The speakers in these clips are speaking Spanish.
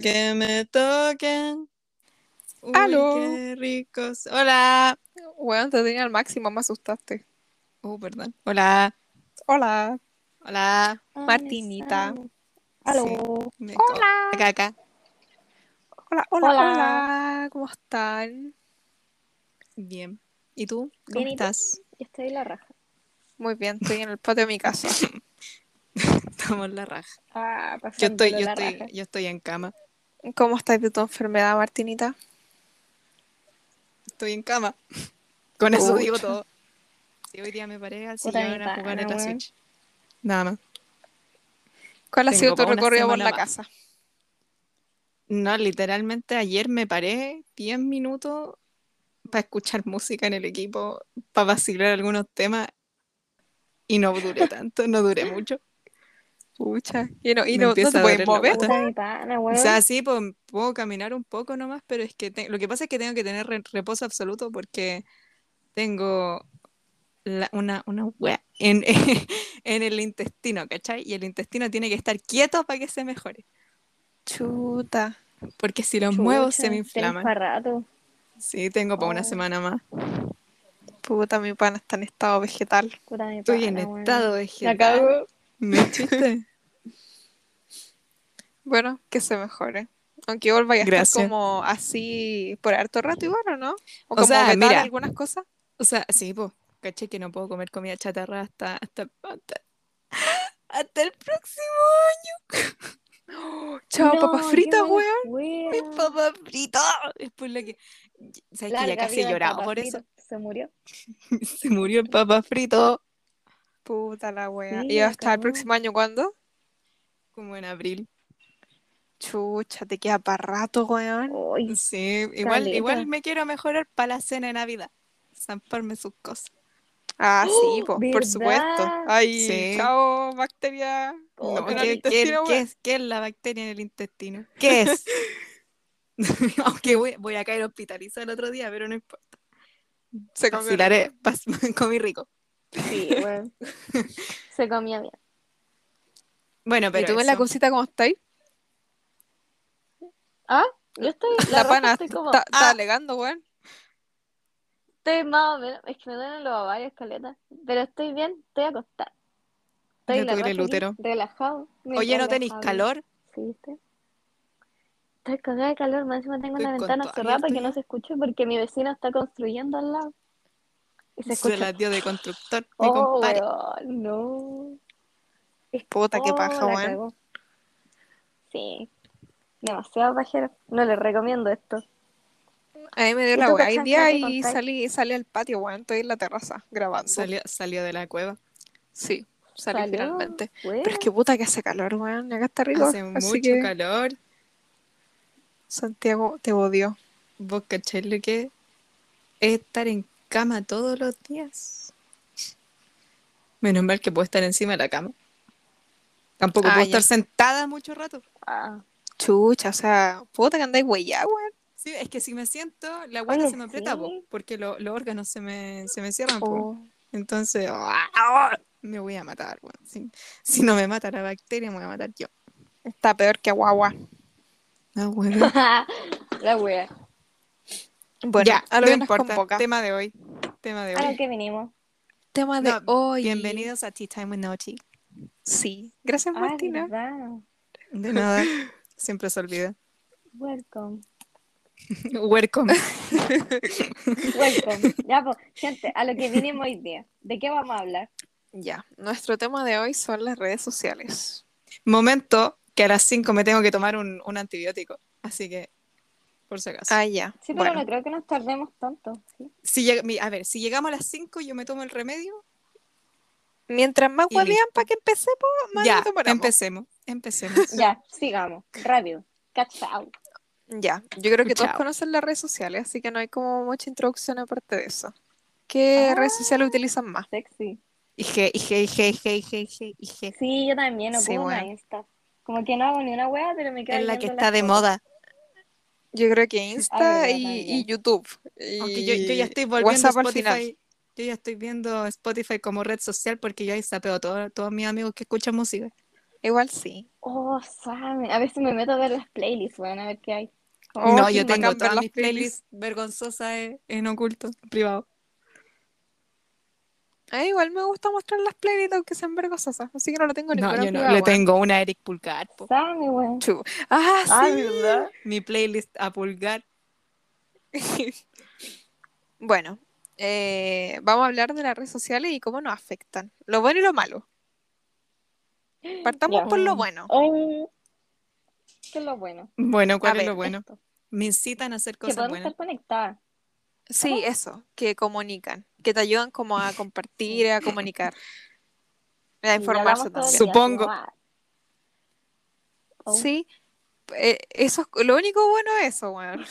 Que me toquen. Uy, Aló. qué ricos. Hola. Weón, te tenía al máximo, me asustaste. Uh, perdón. Hola. Hola. Hola. Martinita. Ah, Aló. Me co- Hola. Acá, acá. Hola, hola, Hola. hola. ¿Cómo están? Bien. ¿Y tú? ¿Cómo Bien, ¿y tú? estás? Estoy la raja. Muy bien, estoy en el patio de mi casa. Estamos en la raja. Ah, Yo estoy, yo la estoy, raja. yo estoy en cama. ¿Cómo estás de tu enfermedad, Martinita? Estoy en cama. Con eso digo Pucha. todo. Sí, hoy día me paré al Puta sillón a ventana, jugar a la weón. Switch. Nada más. ¿Cuál ha Tengo sido tu pa' una recorrido por semana la más. casa? No, literalmente ayer me paré 10 minutos para escuchar música en el equipo, para vacilar algunos temas y no duré tanto, no duré mucho. Pucha. Y no, y Me no, empieza no te a puedes doler la mover. guata. Puta mi pana, O weón. sea, sí, po- puedo caminar un poco nomás, pero es que te- lo que pasa es que tengo que tener re- reposo absoluto porque tengo la- una, una wea en, en el intestino, ¿cachai? Y el intestino tiene que estar quieto para que se mejore, Chuta. porque si los muevo se Chucha, me tenés inflaman. pa' rato. Sí, tengo para una Oh. semana más. Puta, mi pana está en estado vegetal. Puta mi Estoy en pana, weón. estado La vegetal. cago. ¿Me chiste? Bueno, que se mejore. Aunque vuelva a estar Gracias. como así por harto rato igual, ¿o no? O, O como sea, vetar mira. algunas cosas. O sea, sí, pues, caché que no puedo comer comida chatarra hasta, hasta, hasta, hasta el próximo. Chao, No, papas qué fritas, mala weón. wea. Papas fritas. Después la que. ¿Sabes que ya Larga casi vida he al llorado Papa por Frito. eso? Se murió. Se murió el papas frito Puta la wea. Sí, ¿Y la hasta el cagó. próximo año cuándo? como en abril. Chucha, te queda para rato, weón. Ay, Sí, igual, Caleta. igual me quiero mejorar para la cena de Navidad. Zamparme sus cosas. Ah, sí, po, por ¿verdad? supuesto. Ay, Sí. chao, bacteria. Oh, No, en pero el ¿qué, qué, intestino, qué weón. es, qué es la bacteria en el intestino? ¿Qué es? Aunque voy, voy a caer hospitalizada el otro día, pero no importa. Se comió rico. Vacilaré, pas- comí rico. sí, weón. Se comía bien. Bueno, ¿Y pero tú con la eso. cosita cómo estáis? Ah, yo estoy. La, La raja, pana estoy como. está ah. alegando, weón. Estoy más o menos. Es que me duelen los ovarios, caleta. Pero estoy bien, estoy acostada. Estoy Me la duele el raja aquí, útero. Relajado. Oye, ¿no tenéis calor? Sí, estoy. Estoy cagada de calor, más encima tengo una Estoy con ventana todo cerrada para que abierto no se escuche porque mi vecino está construyendo al lado. Y se Se escucha. la dio de constructor, mi oh, compadre. weón, no. Puta, qué Oh, paja, la weón. cagó. Sí. Demasiado pajero. No les recomiendo esto. A mí me dio ¿Y la tú, weá hoy cachan, día qué te y contáis? salí, salí al patio, weón. Estoy en la terraza grabando. Salió, salió de la cueva. Sí, salí Salió, finalmente. weón. Pero es que puta que hace calor, weón. Acá está rico. Hace Así mucho que, calor. Santiago, te odio. ¿Vos cacháis lo que es estar en cama todos los días? Menos mal que puedo estar encima de la cama. Tampoco Ah, puedo ya. estar sentada mucho rato. Ah, Chucha, o sea, puta que andáis huella, weón. Sí, es que si me siento, la guata Oye, se me aprieta, po, sí. porque lo- los órganos se me, se me cierran. po. Oh. Entonces, ¡ah! me voy a matar. weón. Si, si no me mata la bacteria, me voy a matar yo. Está peor que guagua. Ah, weón. la wea. Bueno, ya, a no lo que nos importa. convoca. Tema de hoy. Tema de A lo hoy. que vinimos. Tema de No, hoy. Bienvenidos a Tea Time with No Tea. Sí. Gracias, Ah, Martina. verdad. De nada. Siempre se olvida. Welcome. Welcome. Welcome. Ya, pues, gente, a lo que vinimos hoy día. ¿De qué vamos a hablar? Ya. Nuestro tema de hoy son las redes sociales. Momento que a las 5 me tengo que tomar un, un antibiótico. Así que, por si acaso. Ah, ya. Sí, pero bueno, no creo que nos tardemos tanto. ¿sí? Si llega- mi- a ver, si llegamos a las 5, yo me tomo el remedio. mientras más Y huevean listo. para que empecemos, más ya, nos demoramos. empecemos. Empecemos. Ya, sigamos. Rápido. Cachao. Ya. Yo creo que todos Chao. conocen las redes sociales, así que no hay como mucha introducción aparte de eso. ¿Qué Ah. redes sociales utilizan más? Sexy. Ije, ije, ije, ije, ije, ije, ije. Sí, yo también Sí, ocupo una bueno. Insta. Como que no hago ni una wea, pero me quedo Es la que viendo está las de fotos. moda. Yo creo que Ah, Insta verdad, y, también. y YouTube. Aunque Y yo, yo ya estoy volviendo a WhatsApp al Spotify. final. Yo ya estoy viendo Spotify como red social porque yo ahí sapeo todo- todos mis amigos que escuchan música. Igual sí. Oh, Same. A veces me meto a ver las playlists, bueno, a ver qué hay. Oh, no, yo bacán tengo ver todas las mis playlists. playlists vergonzosas en, en oculto, privado. A mí Ah, igual me gusta mostrar las playlists aunque sean vergonzosas, así que no lo tengo No, ninguna yo no. privada, Le weón. tengo una a Eric Pulgar, po. Same, weón. Chu. Ah, Ah, sí. ¿verdad? Mi playlist a Pulgar. Bueno, eh, vamos a hablar de las redes sociales y cómo nos afectan, lo bueno y lo malo. Partamos Ya. por lo bueno. Ay, Oh, ¿Qué es lo bueno? Bueno, A ¿cuál es ver, lo bueno? Esto. Me incitan a hacer Que cosas podemos buenas. estar conectadas. Sí, eso, que comunican, que te ayudan como a compartir, a comunicar, a Y hablamos informarse todo el también. día, Supongo. así como, ah, Oh. todo. Sí, eh, eso es- lo único bueno es eso, weón.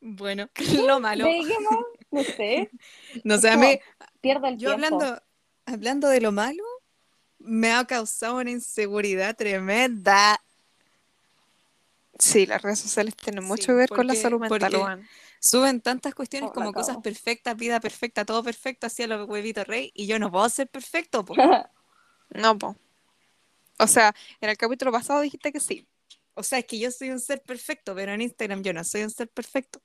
Bueno, lo malo. ¿De qué más? No sé. No sé, a como- mí, Pierdo el yo tiempo. hablando, hablando de lo malo, me ha causado una inseguridad tremenda. Sí, las redes sociales tienen mucho Sí, que ver con la porque- salud mental, porque- weón. Suben tantas cuestiones Oh, la como cosas cago. perfectas, vida perfecta, todo perfecto, hacia los huevitos rey, y yo no puedo ser perfecto, po. No, po. O sea, en el capítulo pasado dijiste que sí. O sea, es que yo soy un ser perfecto, pero en Instagram yo no soy un ser perfecto.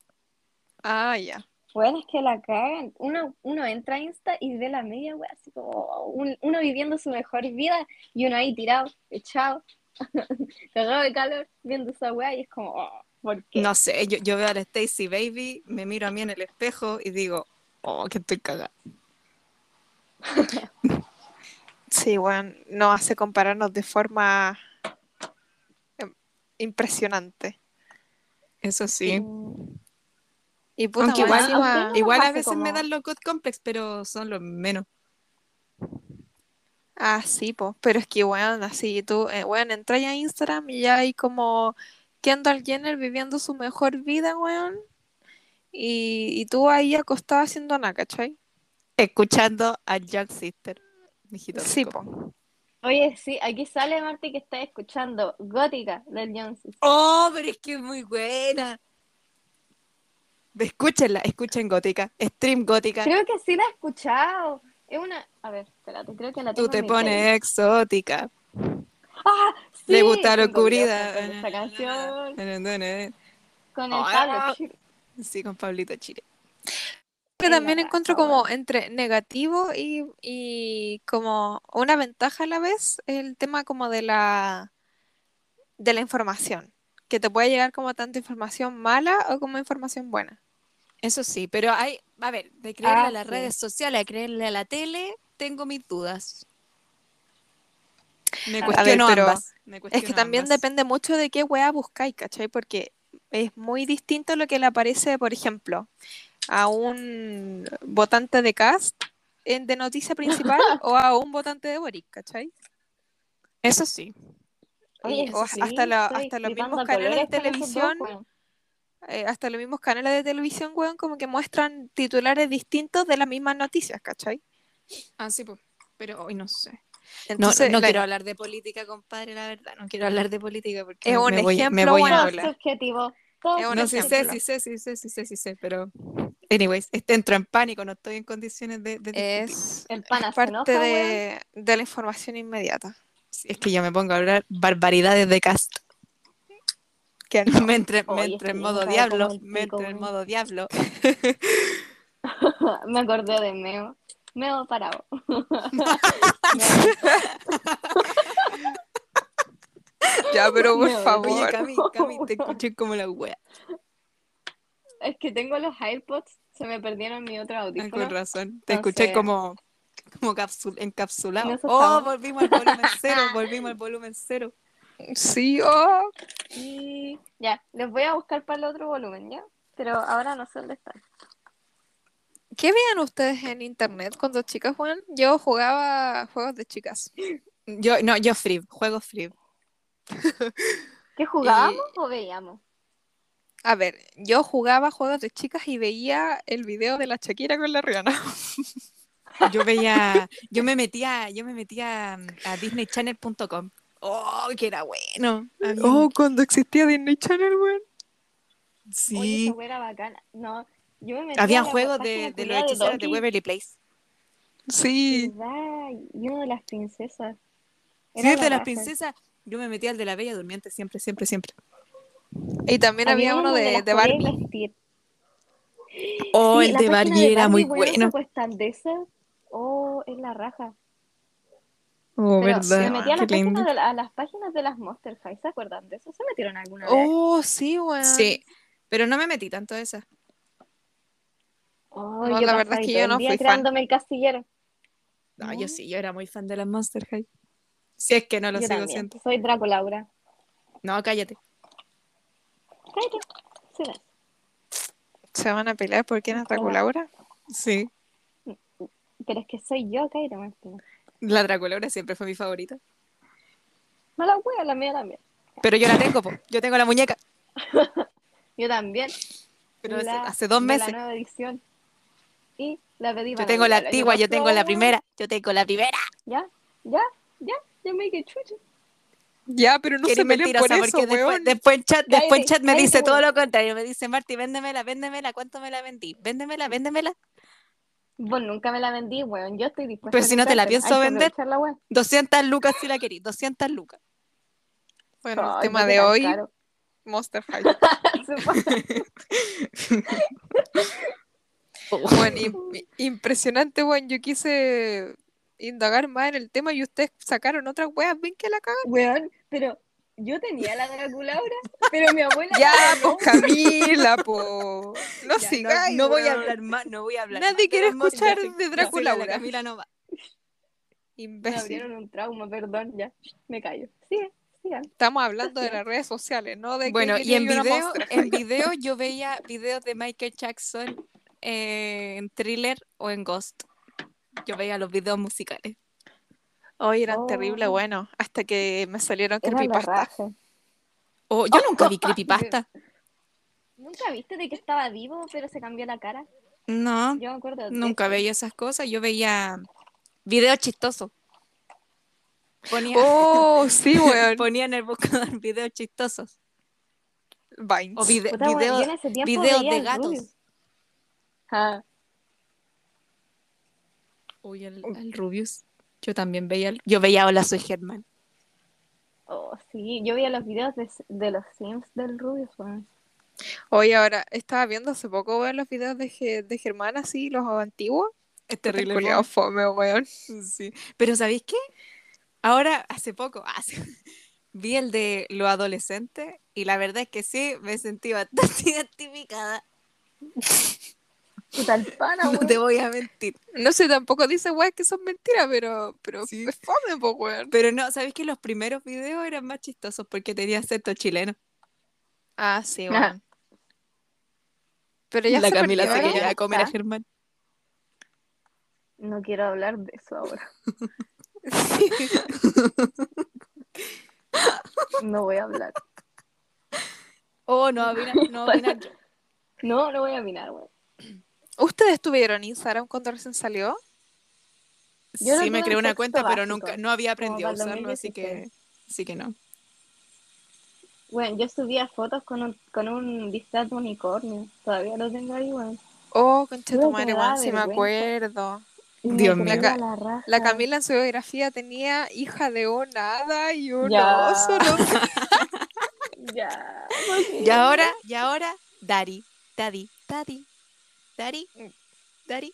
Ah, ya. Bueno, es que la cagan. Uno, uno entra a Insta y ve la media wea, así como oh, un- uno viviendo su mejor vida y uno ahí tirado, echado, cagado de calor, viendo esa wea y es como, oh, ¿por qué? No sé, yo, yo veo a la Stacy Baby, me miro a mí en el espejo y digo, oh, que estoy cagada. Sí, weón, nos hace compararnos de forma em, impresionante. Eso sí. Mm, Y puta, Aunque más igual- encima- aunque no- Igual a pasa veces me como- dan los God complex, pero son los menos. Ah, sí, po. Pero es que, weón, así tú, eh, weón, entras a Instagram y ya hay como Kendall Jenner viviendo su mejor vida, weón. Y, y tú ahí acostada haciendo nada, ¿cachai? Escuchando a Jack Sister. Mijito Sí, rico. po. Oye, sí, aquí sale Marti que está escuchando Gótica del Jonesis. Oh, pero es que es muy buena. Escúchenla, escuchen Gótica, stream Gótica. Creo que sí la he escuchado. Es una. A ver, espérate, creo que la Tú tengo en te mi pones playlist. exótica. ¡Ah! Sí, Le gusta la Tengo oscuridad. videos con esta canción. Con el Ah, Ay, Pablo no. Chile. eh. Sí, con Pablito Chile. que Sí, la también raja, encuentro como entre negativo y, y como una ventaja a la vez el tema como de la de la información, que te puede llegar como tanto información mala o como información buena. Eso sí, pero hay, a ver, de creerle Ah, a las sí. redes sociales, a creerle a la tele, tengo mis dudas. Me A ver, cuestiono pero ambas. me Es que cuestiono también ambas. depende mucho de qué wea buscáis, ¿cachai? Porque es muy distinto lo que le aparece, por ejemplo, a un votante de cast en- de noticia principal o a un votante de Boric, ¿cachai? Eso sí. Oye, Y- o sí, hasta, la- estoy hasta los flipando mismos canales de colores con esos dos, televisión weón. eh, hasta los mismos canales de televisión, weón, como que muestran titulares distintos de las mismas noticias, ¿cachai? Ah, sí, pues, pero hoy no sé. No, Entonces, no la- quiero hablar de política, compadre, la verdad. No quiero hablar de política porque Es me- un me voy, me ejemplo voy bueno. a Todo hablar. subjetivo. todo Es un No, sí sé, ejemplo. sí sé, sí sé, sí sé, sí sé, pero... Anyways, este entro en pánico, no estoy en condiciones de, de discutir. es, El es pana se parte enoja, weón. de, de la información inmediata. Sí, Es que yo me pongo a hablar barbaridades de cast. Que no. Me entra, me Oye, entra en sí, modo me cago diablo, como el me pico, entra en weón. modo diablo. Eh, Me acordé de Meo. Meo parado. ya, pero por No, Oye, favor. Cami, Cami, te escuché como la wea. Es que tengo los AirPods, se me perdieron mi otro Ah, audífono. Con razón, te No escuché sé. como, como capsul- encapsulado. En eso Oh, estamos. volvimos al volumen cero, volvimos al volumen cero. Sí, oh. Y ya, los voy a buscar para el otro volumen, ¿ya? Pero ahora no sé dónde están. ¿Qué veían ustedes en internet cuando chicas, weón? Yo jugaba juegos de chicas. Yo, no, yo free, juego free. Eh, ¿Qué jugábamos o veíamos? A ver, yo jugaba juegos de chicas y veía el video de la Shakira con la Rihanna. Yo veía, yo me metía, yo me metía mm, a disneychannel.com. Oh, que era bueno. Había un- cuando existía Disney Channel, weón. Oye, sí. esa wea era bacana. No, yo me metí Había juegos de, de los hechiceros de Waverly Place. Sí. Y uno de las princesas. Era ¿Cierto? Las la raja. princesas. Yo me metía al de la Bella Durmiente siempre, siempre, siempre. Y también había uno donde de, las de podías Barbie. vestir. Oh, Sí, el la de página Barbie era muy weón, bueno. Pues tan de esas. Oh, es la raja. Oh, Pero verdad. Se metía a Qué las, páginas lindo. de la- a las páginas de las Monster High, ¿se acuerdan de eso? ¿Se metieron alguna vez? Oh, sí, weón. Sí, pero no me metí tanto a esa. Oh, No, yo la verdad pasaba es que todo yo el no día fui fan. creándome el castillero. No, No. yo sí, yo era muy fan de las Monster High. Si es que no lo yo sigo también. siendo. Soy Draco Laura. No, cállate. Cállate. Sí, no. Se van a pelear por quién es Draculaura. Sí. Pero es que soy yo, cállate, Martina. La Draculaura siempre fue mi favorita. Mala wea, la mía también. Pero yo la tengo, po. yo tengo la muñeca. Yo también. Pero hace, La hace dos de meses. La nueva edición. Y la pedí Yo para tengo la Navidad el año antigua, yo tengo la pasado. primera. Yo tengo la primera. Ya, ya, ya. Yo me dije chucho. Ya, pero no Eres se peleen por mentirosa, eso, porque después, weón. después en chat, después en Cállate, chat me cállate, dice todo weón. lo contrario. Me dice, Marti, véndemela, véndemela. ¿Cuánto me la vendí? Véndemela, véndemela. Vos Pues, nunca me la vendí, weón. Yo estoy dispuesta Pero a si no te la comprártela. Hay pienso que vender. aprovechar la wea. 200 lucas si la querí, 200 lucas. Bueno, el Ay, tema ¿por qué de tan hoy, caro? Monster High. Oh. Bueno, im- impresionante, weón. Yo quise indagar más en el tema y ustedes sacaron otras weas. Ven que la cagan. Weón, pero yo tenía la Draculaura, pero mi abuela. Ya, no. pues Camila, po. No Ya, sigáis. no, no voy a weón. hablar más, no voy a hablar Nadie más de quiere los monstruos. escuchar Ya sé- de ya sé Drácula que la ahora. Camila no va. pues, Me Imbécil. abrieron un trauma, perdón, ya. Me callo. Sigue, sigan. Estamos hablando de las redes sociales, no de que Bueno, y quería en yo una video, Monster en High. video yo veía videos de Michael Jackson eh, en Thriller o en Ghost. Yo veía los videos musicales. Hoy eran Oh. terrible, bueno, hasta que me salieron Era la creepypastas. raja. Oh, yo nunca vi creepypasta. ¿Nunca viste de que estaba vivo, pero se cambió la cara? No, Yo me acuerdo de nunca eso. veía esas cosas. Yo veía videos chistosos. Ponía, Oh, sí, weón. ponía en el buscador videos chistosos. Vines. O vide- Puta, weón, videos- yo en ese tiempo videos veía de el gatos. Rubius. Ah, Uy, el, Oh. el Rubius. Yo también veía. el- Yo veía Hola, soy Germán. oh, sí, yo veía los videos de, de los Sims del Rubius, weón. Oye, ahora estaba viendo hace poco, weón, los videos de, Ge- de Germán, así, los antiguos. Es Terrible. fome, weón. Sí. Pero ¿sabéis qué? Ahora, hace poco, hace- vi el de los adolescentes y la verdad es que sí, me sentí bastante identificada. Puta el pana, No weón. te voy a mentir. No sé, tampoco dice, weón, que son mentiras, pero, pero Sí. es fome, po, weón. Pero no, ¿sabéis que los primeros videos eran más chistosos porque tenía acento chileno? Ah, sí, Ajá. weón. Pero ya la se Camila se perdió, perdieron, quería ya comer a está. Germán. No quiero hablar de eso ahora. No voy a hablar. Oh, no, opina, no opina yo. No, no voy a mirar, weón. ¿Ustedes tuvieron Instagram cuando recién salió? Yo lo sí, me tuve creé en una sexto cuenta, pero básico, nunca, no había aprendido a para el usarlo, así que, 2016. así que no. Bueno, yo subía fotos con un, con un disfraz de unicornio. Todavía lo tengo ahí, weón. Oh, concha de tu Creo que madre, me weón, da sí me vergüenza. Ah. acuerdo. Y me Dios mío. La creía ca- La, raja. La Camila en su biografía tenía hija de un hada y un Ya. oso, no sé. Ya. pues Eh, Y ahora, y ahora, Dari, Daddy, Daddy, Daddy, Daddy.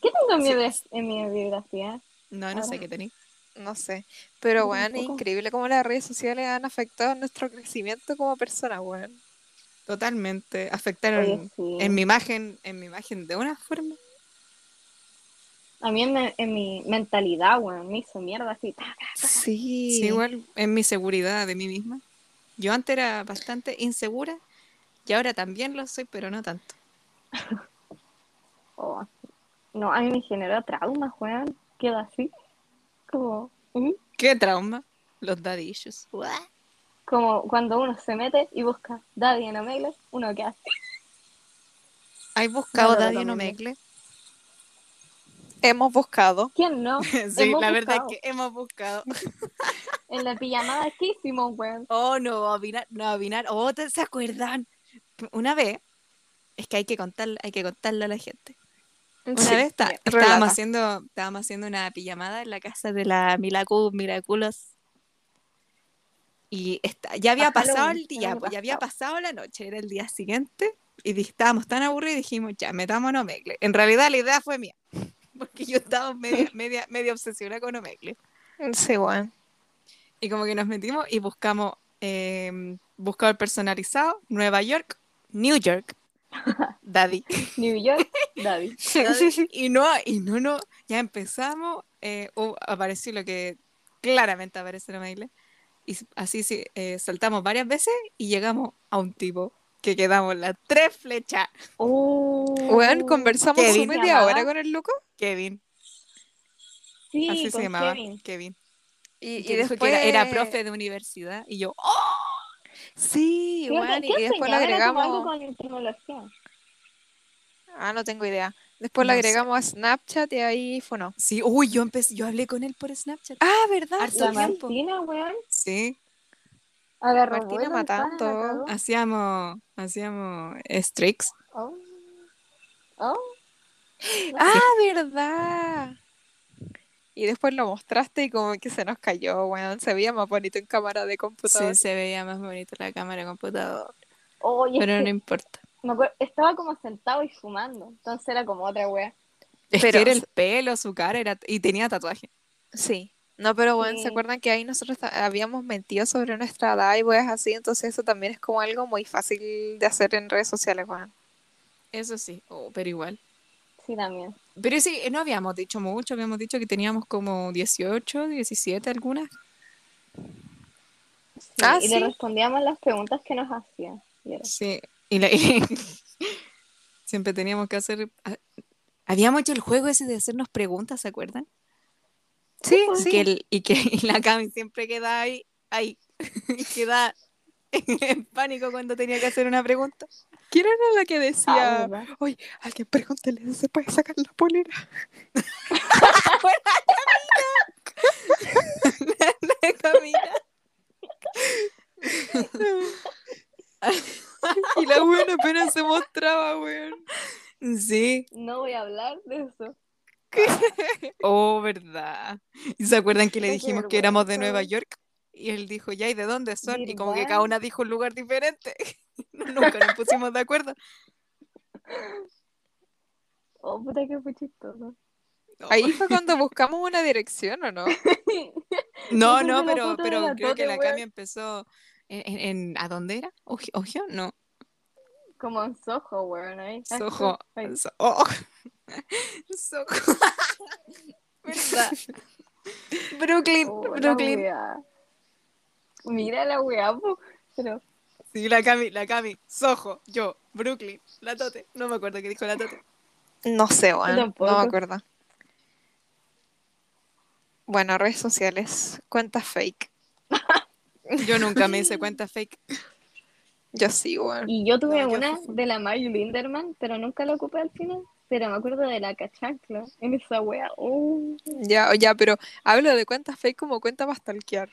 ¿Qué tengo en mi, bi- en mi biografía? No, no sé Ahora. qué tenéis. No sé. Pero, Yo weón, es tampoco. increíble cómo las redes sociales han afectado nuestro crecimiento como personas, weón. Totalmente. Afectaron Oye, sí. Mm, en mi imagen, en mi imagen de una forma. A mí en, me- en mi mentalidad, weón, me hizo mierda así. ta, ta. Sí. Sí, igual en mi seguridad de mí misma. Yo antes era bastante insegura y ahora también lo soy, pero no tanto. Oh. No, a mí me generó trauma, weón. Quedo así. Como, ¿Mm? Qué trauma. Los daddy issues. como cuando uno se mete y busca Daddy en Omegle, uno queda así. ¿Has buscado No lo daddy en recomiendo. Omegle? Hemos buscado. ¿Quién no? Sí, Hemos la verdad buscado. es que hemos buscado. En la pijamada que hicimos, weón. Oh, no, Avinar, no, Avinar. Oh, ¿te- ¿se acuerdan? Una vez, es que hay que contarlo, hay que contarlo a la gente. Una vez está- ya, relata. estábamos haciendo, estábamos haciendo una pijamada en la casa de la Milacu, Miraculos. Y esta- ya había Hasta luego, pasado el hasta día, luego, pues ya había pasado. pasado la noche, era el día siguiente y di- estábamos tan aburridos y dijimos, ya, metámonos a Omegle. En realidad la idea fue mía, porque yo estaba media, media, media obsesionada con Omegle. Sí, weón. Y como que nos metimos y buscamos eh, buscador personalizado, Nueva York, New York, Daddy. New York, David. y no, y no, no, ya empezamos, eh, hubo- apareció lo que claramente aparece en Omegle. Y s- así sí, eh, saltamos varias veces y llegamos a un tipo que quedamos las tres flechas, Oh, Weón, conversamos Kevin. su media hora con el loco. Kevin. Sí, así con se llamaba, Kevin. Kevin. Y, Y, y que dijo después que era, era profe de universidad y yo, ¡oh! Sí, Creo que- weón. ¿qué Y después lo enseñaba? Era como algo agregamos. con tecnología. Ah, no tengo idea. Después lo No sé. agregamos a Snapchat y ahí fue no. Sí, uy, yo empecé, yo hablé con él por Snapchat. Ah, ¿verdad? Harto La Su tiempo. Martina, weón, Sí, agarró Martina vuelo, matando. la cagó. hacíamos, hacíamos streaks. Oh. Ah. Oh. Ah, ¿verdad? Y después lo mostraste y como que se nos cayó, weón. Se veía más bonito en cámara de computador. Sí, se veía más bonito la cámara de computador, Oh, y es pero que no importa. me acuerdo, estaba como sentado y fumando, entonces era como otra wea. Es Pero- que era el pelo, su cara, era, y tenía tatuaje. Sí. No, pero weón, ¿se Sí. acuerdan que ahí nosotros ta- habíamos mentido sobre nuestra edad y weas así? Entonces eso también es como algo muy fácil de hacer en redes sociales, weón. Eso sí, oh, pero igual. Sí, también. Pero sí, no habíamos dicho mucho, habíamos dicho que teníamos como 18, 17 algunas. Sí, Ah, y sí. le respondíamos las preguntas que nos hacían. Y era- Sí, y, la- y- siempre teníamos que hacer... ah, Habíamos hecho el juego ese de hacernos preguntas, ¿se acuerdan? Sí, Y que, el- y que y la Cami siempre queda ahí, ahí, queda en pánico cuando tenía que hacer una pregunta. ¿Quién era la que Ah, decía? ¿verdad? Oye, alguien pregúntele si se puede sacar la polera. La Camila. Y la weón apenas se mostraba, weón. Sí. No voy a hablar de eso. Oh, verdad. ¿Y se acuerdan que le Qué dijimos que éramos de vergüenza. Nueva York? Y él dijo, ya, ¿y de dónde son? Y como que ¿Verdad? cada una dijo un lugar diferente. Nunca nos pusimos de acuerdo. Oh, puta que fue chistoso. No, Ahí fue cuando buscamos una dirección, ¿o no? no, Esa no, es la pero, foto de pero la creo que Tote, la weón. Cami empezó en, en- en- ¿a dónde era? ¿Oji- ¿Ojio? No, Como en Soho, weón, ahí. Soho. Ay, So- oh. Soho. ¿Verdad? Brooklyn, oh, la Brooklyn. weá. Mira la weá, po. Pero Sí, la Cami, la Cami. Soho, yo, Brooklyn, la Tote. No me acuerdo qué dijo la Tote. No sé, weón. No tampoco. me acuerdo. Bueno, redes sociales, cuentas fake. Yo nunca me hice cuenta fake. Yo sí, weón. Y yo tuve No, yo una fui- de la Mario Linderman, pero nunca la ocupé al final. Pero me acuerdo de la cachancla en esa wea. Uh, Ya, ya, pero hablo de cuentas fake como cuenta para stalkear.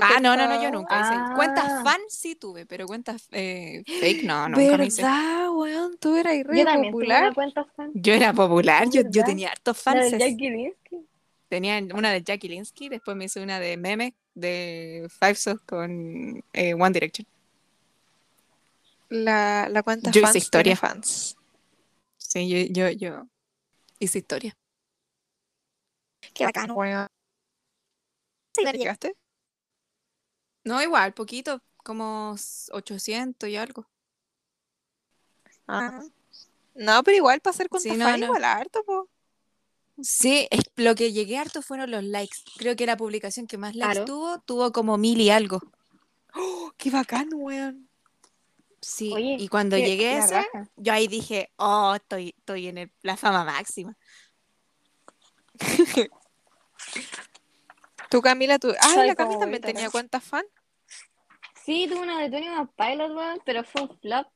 Ah, no, no, no, cuenta- yo nunca hice. Cuentas Ah. fan sí tuve, pero cuentas eh, fake no, nunca me hice. ¿Verdad, weón? Tú eras re yo también tenía popular. una cuenta fan. Yo era popular, yo, yo ¿Verdad? tenía hartos La fans. de Jackie Linsky. Tenía una de Jackie Linsky, después me hice una de meme de Five Souls con eh, One Direction. La, la cuenta Yo hice fans tiene historia. fans. Sí, yo, yo, yo hice historia. Qué bacano, weón. Sí, llegaste? No, igual, poquito, como 800 y algo. Ah. No, pero igual para hacer cuentas no, fake no. igual harto, po. Sí, es- lo que llegué harto fueron los likes. Creo que la publicación que más likes Claro. tuvo, tuvo como mil y algo. Oh, Qué bacano, weón. Sí, Oye, y cuando Qué- llegué a la esa, raja. yo ahí dije, oh, estoy, estoy en el- la fama máxima. Tú, Camila, tú. Ah, Soy la Camila como también bonita, tenía ¿no? cuentas fan. Sí, tuve una de Tony One Pilot, weón, pero fue un flop.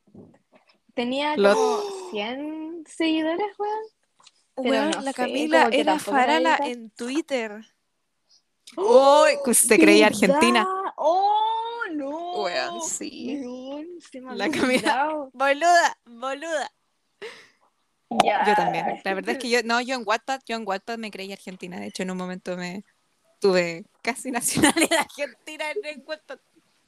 Tenía Flop. como 100 seguidores, weón. Pero Weón, no la sé, Camila como que era tampoco la farala veía. en Twitter. ¡Uy! se creía argentina. ¿Verdad? ¡Oh, no! Weón, sí. Weón, se me La había Camila. olvidado. Boluda, boluda. Ya. Yo también. La verdad es que yo, no, yo en Wattpad, yo en Wattpad me creía argentina. De hecho, en un momento me tuve casi nacionalidad argentina en, en Wattpad.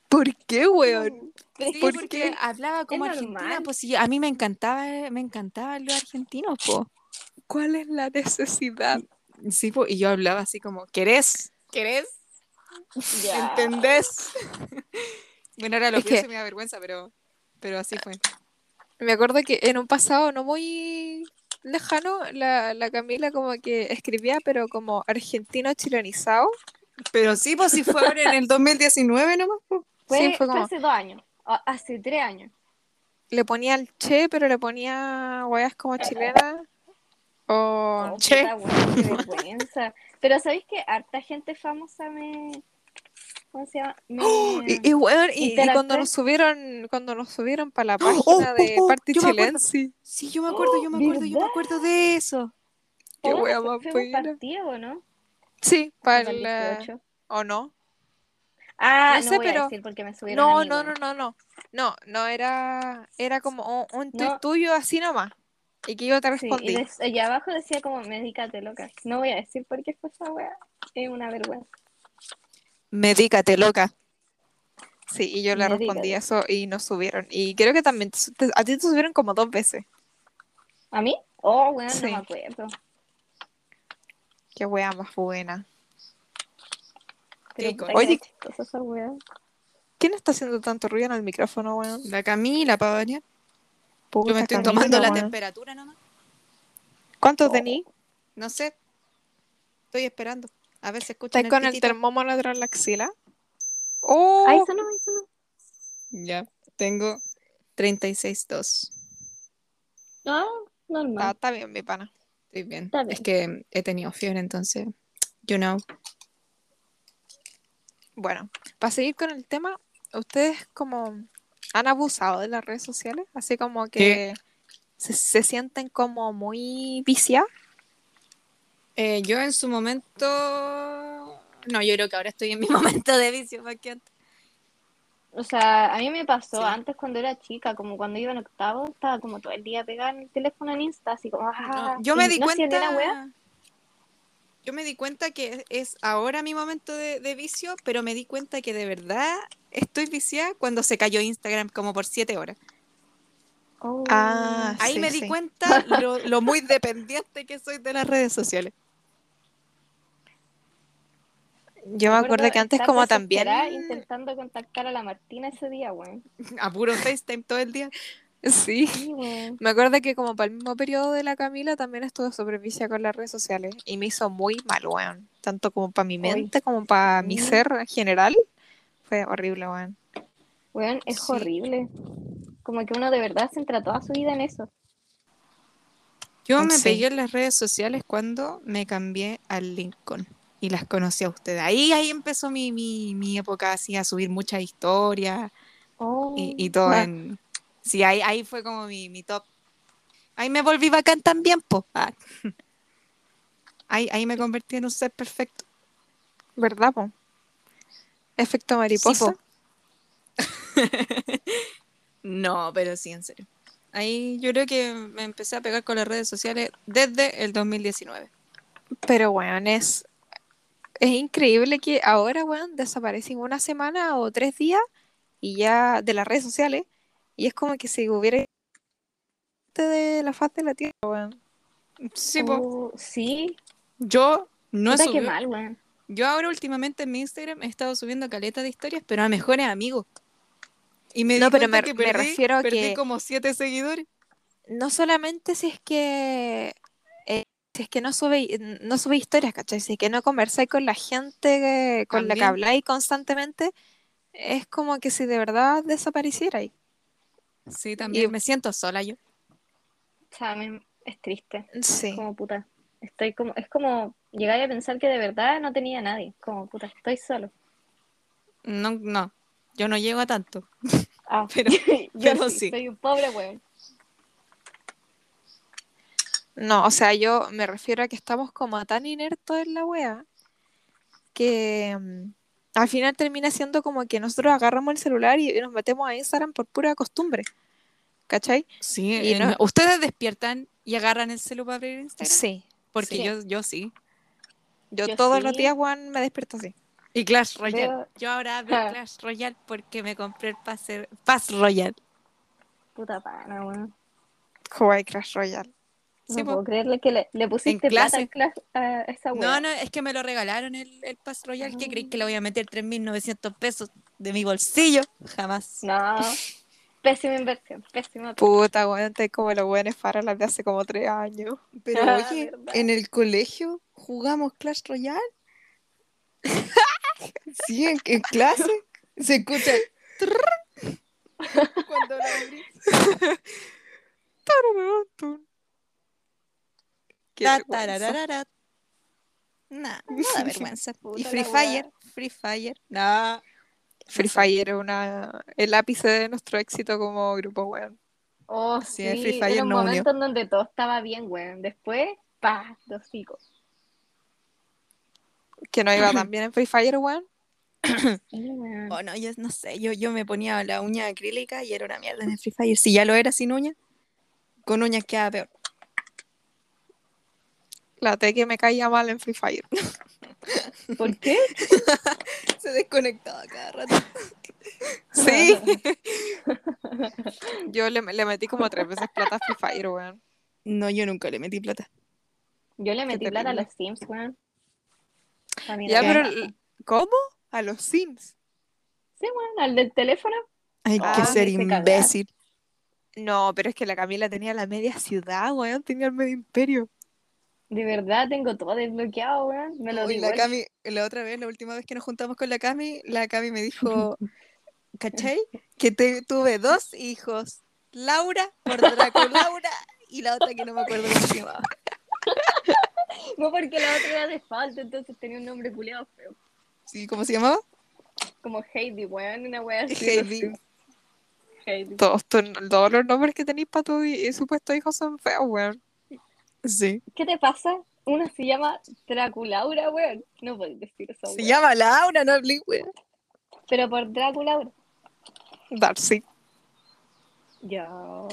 ¿Por qué, weón? Pero es ¿Por que porque sí, hablaba como argentina, normal. pues sí, a mí me encantaba, eh, me encantaban los argentinos, po. ¿Cuál es la necesidad? Sí, po, y yo hablaba así como, ¿querés? ¿Querés? ya. ¿Entendés? bueno, ahora lo Es pienso que- y me da vergüenza, pero, pero así fue. Me acuerdo que en un pasado no muy lejano, la, la Camila como que escribía, pero como argentino chilenizado. Pero sí, pues sí fue ahora en el 2019 nomás, po. Fue, Sí, fue fue como, hace dos años, o hace tres años. le ponía el che, pero le ponía guayas como chilenas. O Oh, Che. puta, weón, qué vergüenza. Pero ¿sabéis que harta gente famosa me... ¿Cómo se llama? Me- Y, y, weón, y- y Interactué. cuando nos subieron, cuando nos subieron para la Oh, página oh, de oh, Party yo me acuerdo. Chilensi. Sí, yo me acuerdo, yo me acuerdo, yo me ¿verdad? acuerdo de eso. qué Bueno, wea fue- más fue un buena. partido, ¿no? Sí, para Del la... 18. ¿O no? Ah, No no, sé, voy a pero- decir porque me subieron a No, mí, no, weón. no, no, no. No, no era... Era como un, un tuit No. tuyo así nomás. Y que yo te Sí, respondí. y des- y abajo decía como, medícate, loca. No voy a decir por qué fue esa wea. Es una vergüenza. Medícate, loca. Sí, y yo le Me respondí digas. eso y nos subieron. Y creo que también te- te- a ti te subieron como dos veces. ¿A mí? Oh, weón, Sí. no me acuerdo. Qué wea más buena. Pero Qué cosa. puta que Oye. chistosa esa wea. ¿Quién está haciendo tanto ruido en el micrófono, weón? La Camila, para variar. Yo me estoy Camila, tomando la Oh, weón. temperatura nomás. ¿Cuánto tení? No sé. Estoy esperando. A ver si escuchan ¿Estás con el pitito. termómetro en la axila? ¡Oh! Ahí sonó, ahí sonó. Ya, tengo 36.2. Ah, está, normal. está bien, mi pana. Estoy bien. Está bien. Es que he tenido fiebre, entonces, you know. Bueno, para seguir con el tema, ¿ustedes como han abusado de las redes sociales? Así como que se, se sienten como muy viciadas. Eh, yo en su momento... No, yo creo que ahora estoy en mi momento de vicio más que antes. O sea, a mí me pasó Sí. antes cuando era chica, como cuando iba en octavo, estaba como todo el día pegada en el teléfono en Insta, así como, ah, No, yo me y di no sé dónde cuenta... era, wea. yo me di cuenta que es ahora mi momento de, de vicio, pero me di cuenta que de verdad estoy viciada cuando se cayó Instagram como por 7 horas. Oh. Ah, Ahí Sí, me di sí. cuenta lo, lo muy dependiente que soy de las redes sociales. Yo me acuerdo que antes estar como también... desesperada intentando contactar a la Martina ese día, weón. A puro FaceTime todo el día. Sí. Sí, weón. Me acuerdo que como para el mismo periodo de la Camila también estuve superviciada con las redes sociales y me hizo muy mal, weón. Tanto como para mi mente, como para mi Mm. ser en general. Fue horrible, weón. Weón, es Sí. horrible. Como que uno de verdad se entra toda su vida en eso. Yo me Sí. pegué en las redes sociales cuando me cambié al Lincoln y las conocí a ustedes. Ahí, ahí empezó mi, mi, mi época así a subir muchas historias Oh. y, y todo. Ah. En... Sí, ahí, ahí fue como mi, mi top. Ahí me volví bacán también, po. Ah. Ahí, ahí me convertí en un ser perfecto. ¿Verdad, po? Efecto mariposa. ¿Mariposa? no, pero sí, en serio. Ahí yo creo que me empecé a pegar con las redes sociales desde el 2019. Pero, weón, es, es increíble que ahora, weón, desaparecen una semana o tres días y ya de las redes sociales y es como que si hubiera de la faz de la tierra, weón. Sí, po. Oh, sí. Yo no he Puta, qué subido- mal, weón. Yo ahora últimamente en mi Instagram he estado subiendo caleta de historias, pero a mejores amigos. Y me di No, pero cuenta me- que me perdí, refiero a perdí que- como siete seguidores. No solamente si es que eh, si es que no sube no sube historias, ¿cachai? Si es que no conversáis con la gente eh, con la que También. habláis constantemente, es como que si de verdad desaparecierais. Sí, también. Y- Me siento sola yo. O sea, me- es triste. Sí. Como puta. Estoy como, es como llegar a pensar que de verdad no tenía nadie. Como puta, estoy solo. No, no. Yo no llego a tanto. Ah, Pero- yo pero sí, sí. soy un pobre weón. No, o sea, yo me refiero a que estamos como tan inertos en la wea que mm, al final termina siendo como que nosotros agarramos el celular y, y nos metemos a Instagram por pura costumbre. ¿Cachai? Sí, Y eh, no- no- ustedes despiertan y agarran el celular para abrir Instagram. Sí. Porque sí. Yo, yo sí. Yo Yo todos los sí. días, Juan, me despierto así. Y Clash Royale. Veo- Yo ahora hablo de Ah. Clash Royale porque me compré el pase Pass Royale. Puta pana, weón. Jugar Crash Royale. No Sí, po. puedo creerle que le, le pusiste plata clase. en clase a Ah, esa No, weá. no, es que me lo regalaron el, el Pass Royale. ¿Qué Ah. creéis que le voy a meter 3.900 pesos de mi bolsillo? Jamás. No. Pésima inversión, pésima. Puta, weón, estoy como los buenos para las de hace como tres años. Pero Ah, oye, verdad. en el colegio jugamos Clash Royale. Sí, en, en clase se escucha el trrr cuando lo abrí. Qué Ta, vergüenza. tarararara. Nah, nada de vergüenza. Puta Y la Free wea. Fire, Free Fire. Nah. Free Fire es una, el ápice de nuestro éxito como grupo, weón. Oh, Sí, sí, el Free Fire era un no unió. momento en donde todo estaba bien, weón. Después, pa, dos chicos. Que no iba tan bien en Free Fire, weón. Sí, weón. Oh, no, yo no sé, yo, yo me ponía la uña acrílica y era una mierda en el Free Fire. Si ya lo era sin uña, con uñas quedaba peor. La T que me caía mal en Free Fire. ¿Por qué? Se desconectaba cada rato. Sí. Yo le, le metí como tres veces plata a Free Fire, weón. No, yo nunca le metí plata. Yo le metí plata a terrible. los Sims, weón. A mí no Ya, me pero. pasa. ¿Cómo? A los Sims. Sí, weón, al del teléfono. Hay Ah, que me ser hice cagar. imbécil. No, pero es que la Camila tenía la media ciudad, weón. Tenía el medio imperio. De verdad, tengo todo desbloqueado, weón. Me lo Uy, digo. la Cami, la otra vez, la última vez que nos juntamos con la Cami, la Cami me dijo, ¿cachai? Que te- tuve dos hijos, Laura por Draco Laura y la otra que no me acuerdo cómo se llamaba. No, porque la otra era de falta, entonces tenía un nombre culeado feo. ¿Sí? ¿Cómo se llamaba? Como Heidi, weón, una weá así. los Heidi. Sims. Heidi. Todos, tu- todos los nombres que tenéis para tu hi- eh, supuesto hijo son feos, weón. Sí. ¿Qué te pasa? Una se llama Draculaura, weón. No podéis decir eso, Se weón. llama Laura, no hablé, weón. Pero por Draculaura. Darcy. Ya. Oye,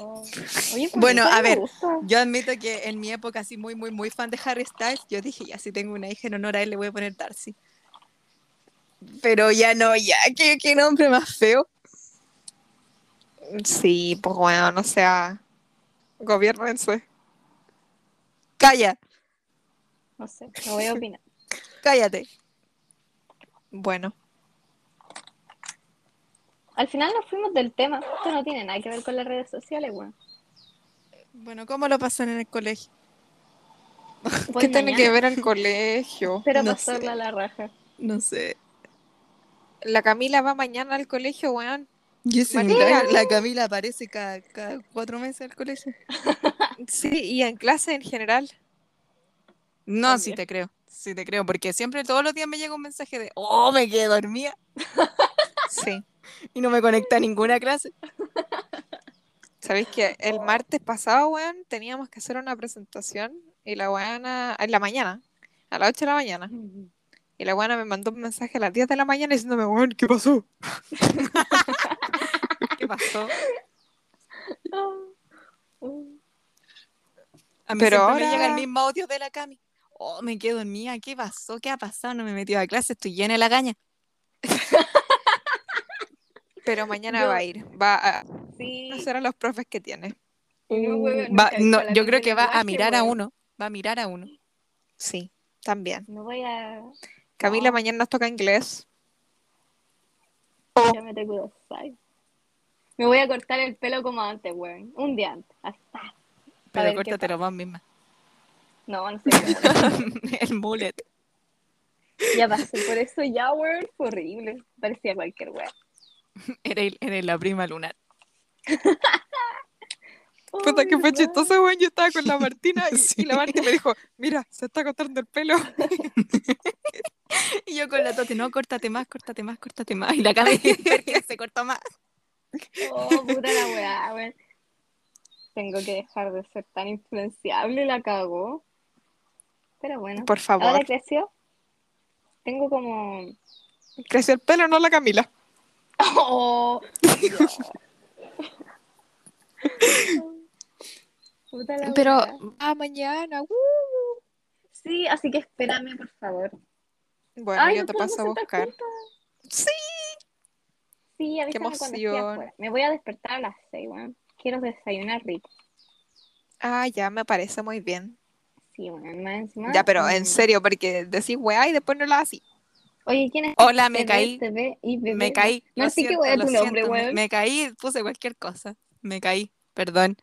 pues, Bueno, esa a me ver. gusta. Yo admito que en mi época, así muy, muy, muy fan de Harry Styles, yo dije, ya, si tengo una hija en honor a él, le voy a poner Darcy. Pero ya no, ya, qué, qué nombre más feo. Sí, pues weón, o sea. Gobiernense. Calla, No sé, no voy a opinar. cállate. Bueno. Al final nos fuimos del tema. Esto no tiene nada que ver con las redes sociales, weón. Bueno, ¿cómo lo pasan en el colegio? Voy ¿Qué tiene mañana, que ver el colegio? Pero No pasarla sé. a la raja. No sé. La Camila va mañana al colegio, weón. Yo ese María. milagro, la Camila aparece cada, cada cuatro meses al colegio. Sí, y en clase en general. No, También. sí te creo, sí te creo, porque siempre todos los días me llega un mensaje de, oh, me quedé dormida Sí. y no me conecta a ninguna clase. ¿Sabéis que el martes pasado, weón, teníamos que hacer una presentación y la weana, en la mañana, a las 8 de la mañana. Y la weana me mandó un mensaje a las 10 de la mañana diciéndome, weón, ¿qué pasó? ¿Qué pasó? A mí siempre Pero me ahora- llega el mismo audio de la Cami. Oh, me quedo dormida, ¿qué pasó? ¿Qué ha pasado? No me he metido a clase, estoy llena de la caña. Pero mañana Yo- va a ir, va a Sí. conocer a los profes que tiene. No, weón, Va- nunca he no, visto la yo luz creo del que va a lenguaje, mirar a weón. uno, va a mirar a uno. Sí, también. No voy a. Camila, No. mañana nos toca inglés. Oh. Ya me tengo dos años. Me voy a cortar el pelo como antes, weón. Un día antes. Hasta. Pero ver qué córtatelo vos misma. No, no sé. weón. el mullet. ya pasé por eso ya, weón. Fue horrible. Parecía cualquier weón. Era, el- era la prima lunar. Puta, que fue ¿verdad? chistoso, weón. Yo estaba con la Martina y, Sí. y la Martina me dijo, mira, se está cortando el pelo. Y yo con la tote, no, córtate más, córtate más, córtate más. Y la Cami porque se cortó más. Oh, puta la weá, weón. Tengo que dejar de ser tan influenciable, la cagó. Pero bueno. Por Ahora favor. creció. Tengo como. Creció el pelo, no la Camila. Oh, Puta la Pero weá. va mañana, uh. Sí, así que espérame, por favor. Bueno, Ay, yo nos te podemos paso a sentar buscar. juntas. Sí. Sí, avísame cuando esté emoción. afuera. Me voy a despertar a las seis, weón. Quiero desayunar rico. Ah, ya, me parece muy bien. Sí, weón, más encima. Ya, pero mm. en serio, porque decís weá y después no la así. Oye, ¿quién es? Hola, me TV, caí. TV y bebé? Me caí. No lo sé qué siento, wea lo tu nombre, siento, me- weón. Me caí, puse cualquier cosa. Me caí, perdón.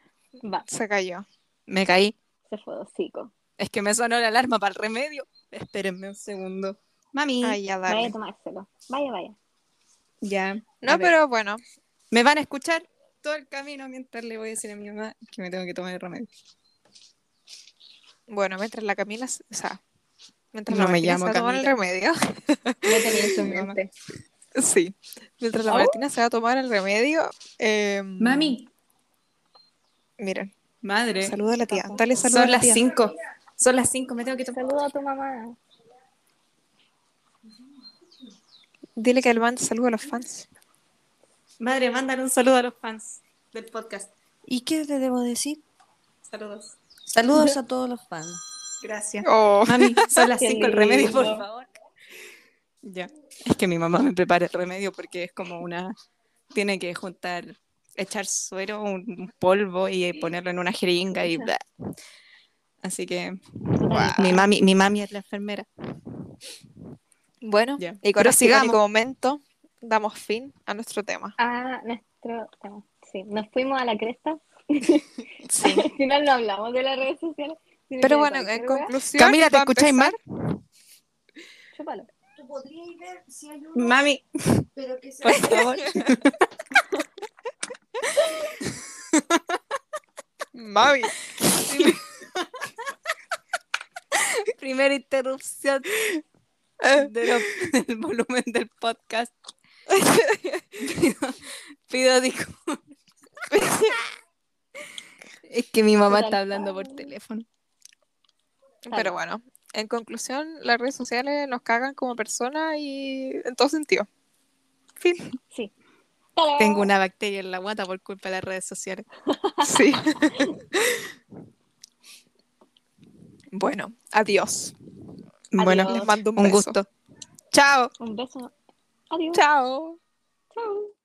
Va, Se cayó. Me caí. se fue hocico. Es que me sonó la alarma para el remedio. Espérenme un segundo. Mami. Ay, ya, dale. Vaya a tomárselo. Vaya, vaya. Ya. a No, ver. pero bueno. Me van a escuchar todo el camino mientras le voy a decir a mi mamá que me tengo que tomar el remedio. Bueno, mientras la Camila, se- o sea, mientras No la me Martina se llamo va a tomar el remedio. No tenía eso en Mi mamá. mente. Sí. Mientras la Oh. Martina se va a tomar el remedio. eh, Miren, Madre. saluda a la tía. Dale saluda Son a la las tía. 5. Son las 5, me tengo que tomar. Saluda a tu mamá. Dile que el man saluda a los fans. Madre, mándale un saludo a los fans del podcast. ¿Y qué le debo decir? Saludos. Saludos a todos los fans. Gracias. Oh. Mami, son las Qué 5 el remedio, por lindo. favor. Ya. Es que mi mamá me prepara el remedio porque es como una. Tiene que juntar, echar suero, un polvo y ponerlo en una jeringa y. bla. Así que Ah. mi mami, mi mami es la enfermera. Bueno, Ya. y con Pero este sigamos. icónico momento damos fin a nuestro tema. Ah, nuestro tema. Sí, nos fuimos a la cresta. Sí. Al final no hablamos de las redes sociales. sino que de Pero bueno, cualquier en wea. conclusión. Camila, ¿te va a escucháis mal? empezar- Chúpalo. ¿Tú podrías ver si hay uno, Mami, pero que se por favor. Mami. Primera interrupción de lo- del volumen del podcast. Pido, pido disculpas. Es que mi mamá está hablando por teléfono. Pero bueno, en conclusión, las redes sociales nos cagan como personas y en todo sentido. Sí. Hola. Tengo una bacteria en la guata por culpa de las redes sociales. Sí. bueno, adiós. Bueno, Adiós. Les mando un, un beso. gusto. Chao. Un beso. Adiós. Chao. Chao.